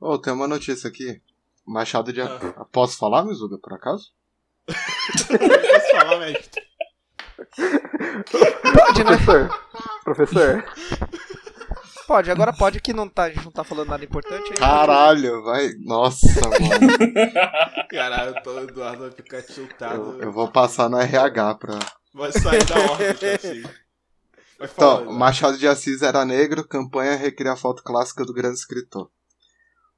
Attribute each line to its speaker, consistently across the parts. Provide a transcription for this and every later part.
Speaker 1: Ô, tem uma notícia aqui. Machado de. Posso falar, Mizuga, por acaso?
Speaker 2: Posso falar, mestre?
Speaker 1: Professor. Professor.
Speaker 3: Pode, agora pode que não tá, a gente não tá falando nada importante. aí.
Speaker 1: Caralho, vai. Nossa, mano.
Speaker 2: Caralho, eu tô, Eduardo vai ficar tiltado.
Speaker 1: Eu, eu vou passar no RH pra.
Speaker 2: Vai sair da órbita, assim. Vai falar,
Speaker 1: Então,
Speaker 2: Eduardo.
Speaker 1: Machado de Assis era negro, campanha recria a foto clássica do grande escritor.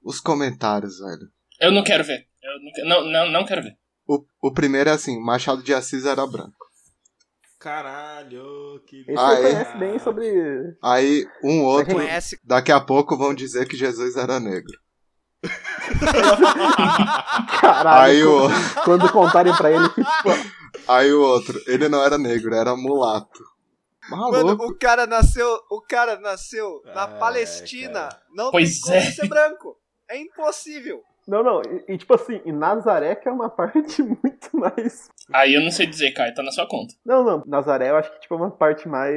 Speaker 1: Os comentários, velho.
Speaker 4: Eu não quero ver. Eu não, que- não, não, não quero ver.
Speaker 1: O, o primeiro é assim: Machado de Assis era branco.
Speaker 2: Caralho, que
Speaker 5: Esse
Speaker 1: Ah,
Speaker 5: eu
Speaker 1: é?
Speaker 5: conheço bem sobre.
Speaker 1: Aí, um outro,
Speaker 3: Conhece.
Speaker 1: daqui a pouco vão dizer que Jesus era negro.
Speaker 5: Caralho.
Speaker 1: Aí o,
Speaker 5: Quando contarem pra ele que
Speaker 1: aí o outro, ele não era negro, era mulato.
Speaker 3: Mano,
Speaker 1: Maluco.
Speaker 3: o cara nasceu, o cara nasceu na
Speaker 2: Ai,
Speaker 3: Palestina. Não
Speaker 4: Pois
Speaker 3: tem como
Speaker 4: é.
Speaker 3: ele ser branco. É impossível.
Speaker 5: Não, não, e, e, tipo assim, e Nazaré que é uma parte muito mais.
Speaker 4: Aí eu não sei dizer, Caio, tá na sua conta.
Speaker 5: Não, não, Nazaré eu acho que tipo, é uma parte mais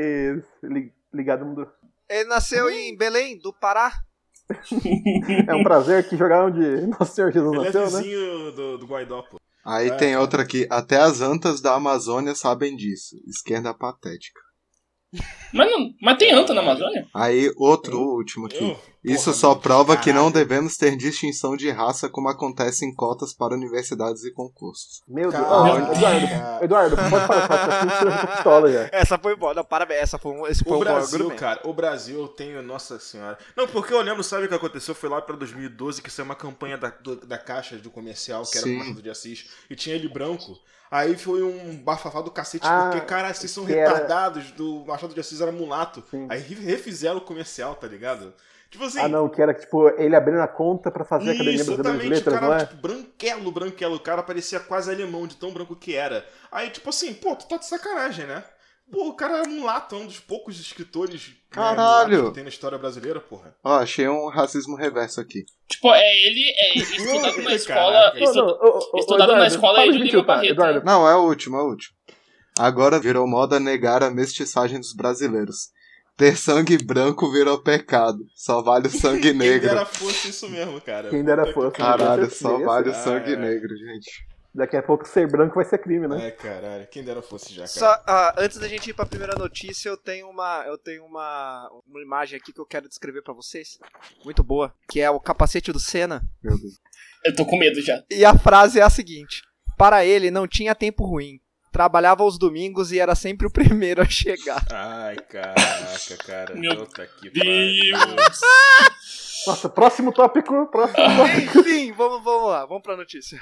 Speaker 5: li- ligada ao mundo.
Speaker 3: Ele nasceu em Belém, do Pará.
Speaker 5: É um prazer que jogar onde Nosso Senhor Jesus
Speaker 2: Ele é
Speaker 5: nasceu, né?
Speaker 2: vizinho do, do Guaidó, pô.
Speaker 1: Aí
Speaker 2: É,
Speaker 1: tem
Speaker 2: cara.
Speaker 1: outra aqui, até as antas da Amazônia sabem disso. Esquerda patética.
Speaker 4: Mas, não, mas tem anta na Amazônia?
Speaker 1: Aí outro o último aqui.
Speaker 2: Eu?
Speaker 1: Isso
Speaker 2: Hum. Porra,
Speaker 1: só
Speaker 2: mano,
Speaker 1: prova que não
Speaker 2: caralho.
Speaker 1: devemos ter distinção de raça como acontece em cotas para universidades e concursos.
Speaker 5: Meu Deus.
Speaker 2: Caralho.
Speaker 5: Ó, Eduardo, Eduardo, pode parar, tá com pistola já.
Speaker 3: Essa foi boa. Não, parabéns. Essa foi um, esse foi
Speaker 2: O
Speaker 3: um bom
Speaker 2: Brasil,
Speaker 3: argumento.
Speaker 2: cara, o Brasil eu tenho, nossa senhora. Não, porque eu lembro, sabe o que aconteceu? Foi lá pra 2012 que saiu uma campanha da, do- da Caixa do comercial, que era
Speaker 1: Sim.
Speaker 2: com o Machado de Assis, e tinha ele branco. Aí foi um bafafá do cacete,
Speaker 5: Ah,
Speaker 2: porque, cara, vocês são
Speaker 5: que era-
Speaker 2: retardados, do Machado de Assis era mulato.
Speaker 5: Sim.
Speaker 2: Aí re- refizeram o comercial, tá ligado? Tipo assim.
Speaker 5: Ah, não, que era tipo ele abrindo a conta pra fazer a academia
Speaker 2: Isso,
Speaker 5: brasileira de
Speaker 2: exatamente, o
Speaker 5: letras,
Speaker 2: cara,
Speaker 5: não é?
Speaker 2: tipo, branquelo, branquelo, o cara parecia quase alemão de tão branco que era. Aí, tipo assim, pô, tu tá de sacanagem, né? Pô, o cara é mulato, é um dos poucos escritores né,
Speaker 1: Caralho!
Speaker 2: mulatos que tem na história brasileira, porra.
Speaker 1: Ó, achei um racismo reverso aqui.
Speaker 4: Tipo, é ele, é ele estudando numa
Speaker 2: Caralho.
Speaker 4: escola.
Speaker 5: Não, não,
Speaker 4: estu-
Speaker 5: ô, ô, ô,
Speaker 4: estudado na
Speaker 5: Eduardo,
Speaker 4: escola
Speaker 5: para
Speaker 4: aí
Speaker 5: de
Speaker 4: de
Speaker 5: me
Speaker 4: Lima
Speaker 5: tiltar,
Speaker 4: Barreto.
Speaker 5: Eduardo,
Speaker 1: Não, é o último, é o último. Agora virou moda negar a mestiçagem dos brasileiros. Ter sangue branco virou pecado. Só vale o sangue
Speaker 2: Quem
Speaker 1: negro.
Speaker 2: dera fosse isso mesmo, cara.
Speaker 5: quem dera
Speaker 2: Puta
Speaker 5: fosse.
Speaker 1: Caralho,
Speaker 5: Esse-
Speaker 1: só
Speaker 5: esse-
Speaker 1: vale o
Speaker 2: Ah,
Speaker 1: sangue
Speaker 2: é.
Speaker 1: negro, gente.
Speaker 5: Daqui a pouco ser branco vai ser crime,
Speaker 2: que-
Speaker 5: né?
Speaker 2: É, caralho, quem dera fosse já, cara.
Speaker 3: Só, ah, antes da gente ir pra primeira notícia, eu tenho uma, eu tenho uma, uma imagem aqui que eu quero descrever pra vocês. Muito boa. Que é o capacete do Senna.
Speaker 1: Meu Deus.
Speaker 4: Eu tô com medo já.
Speaker 3: E a frase é a seguinte: Para ele não tinha tempo ruim. Trabalhava aos domingos e era sempre o primeiro a chegar.
Speaker 2: Ai, caraca, cara.
Speaker 4: Meu
Speaker 2: puta que pariu.
Speaker 4: Deus!
Speaker 5: Nossa, próximo tópico, próximo.
Speaker 3: Enfim, vamos, vamos lá, vamos pra notícia.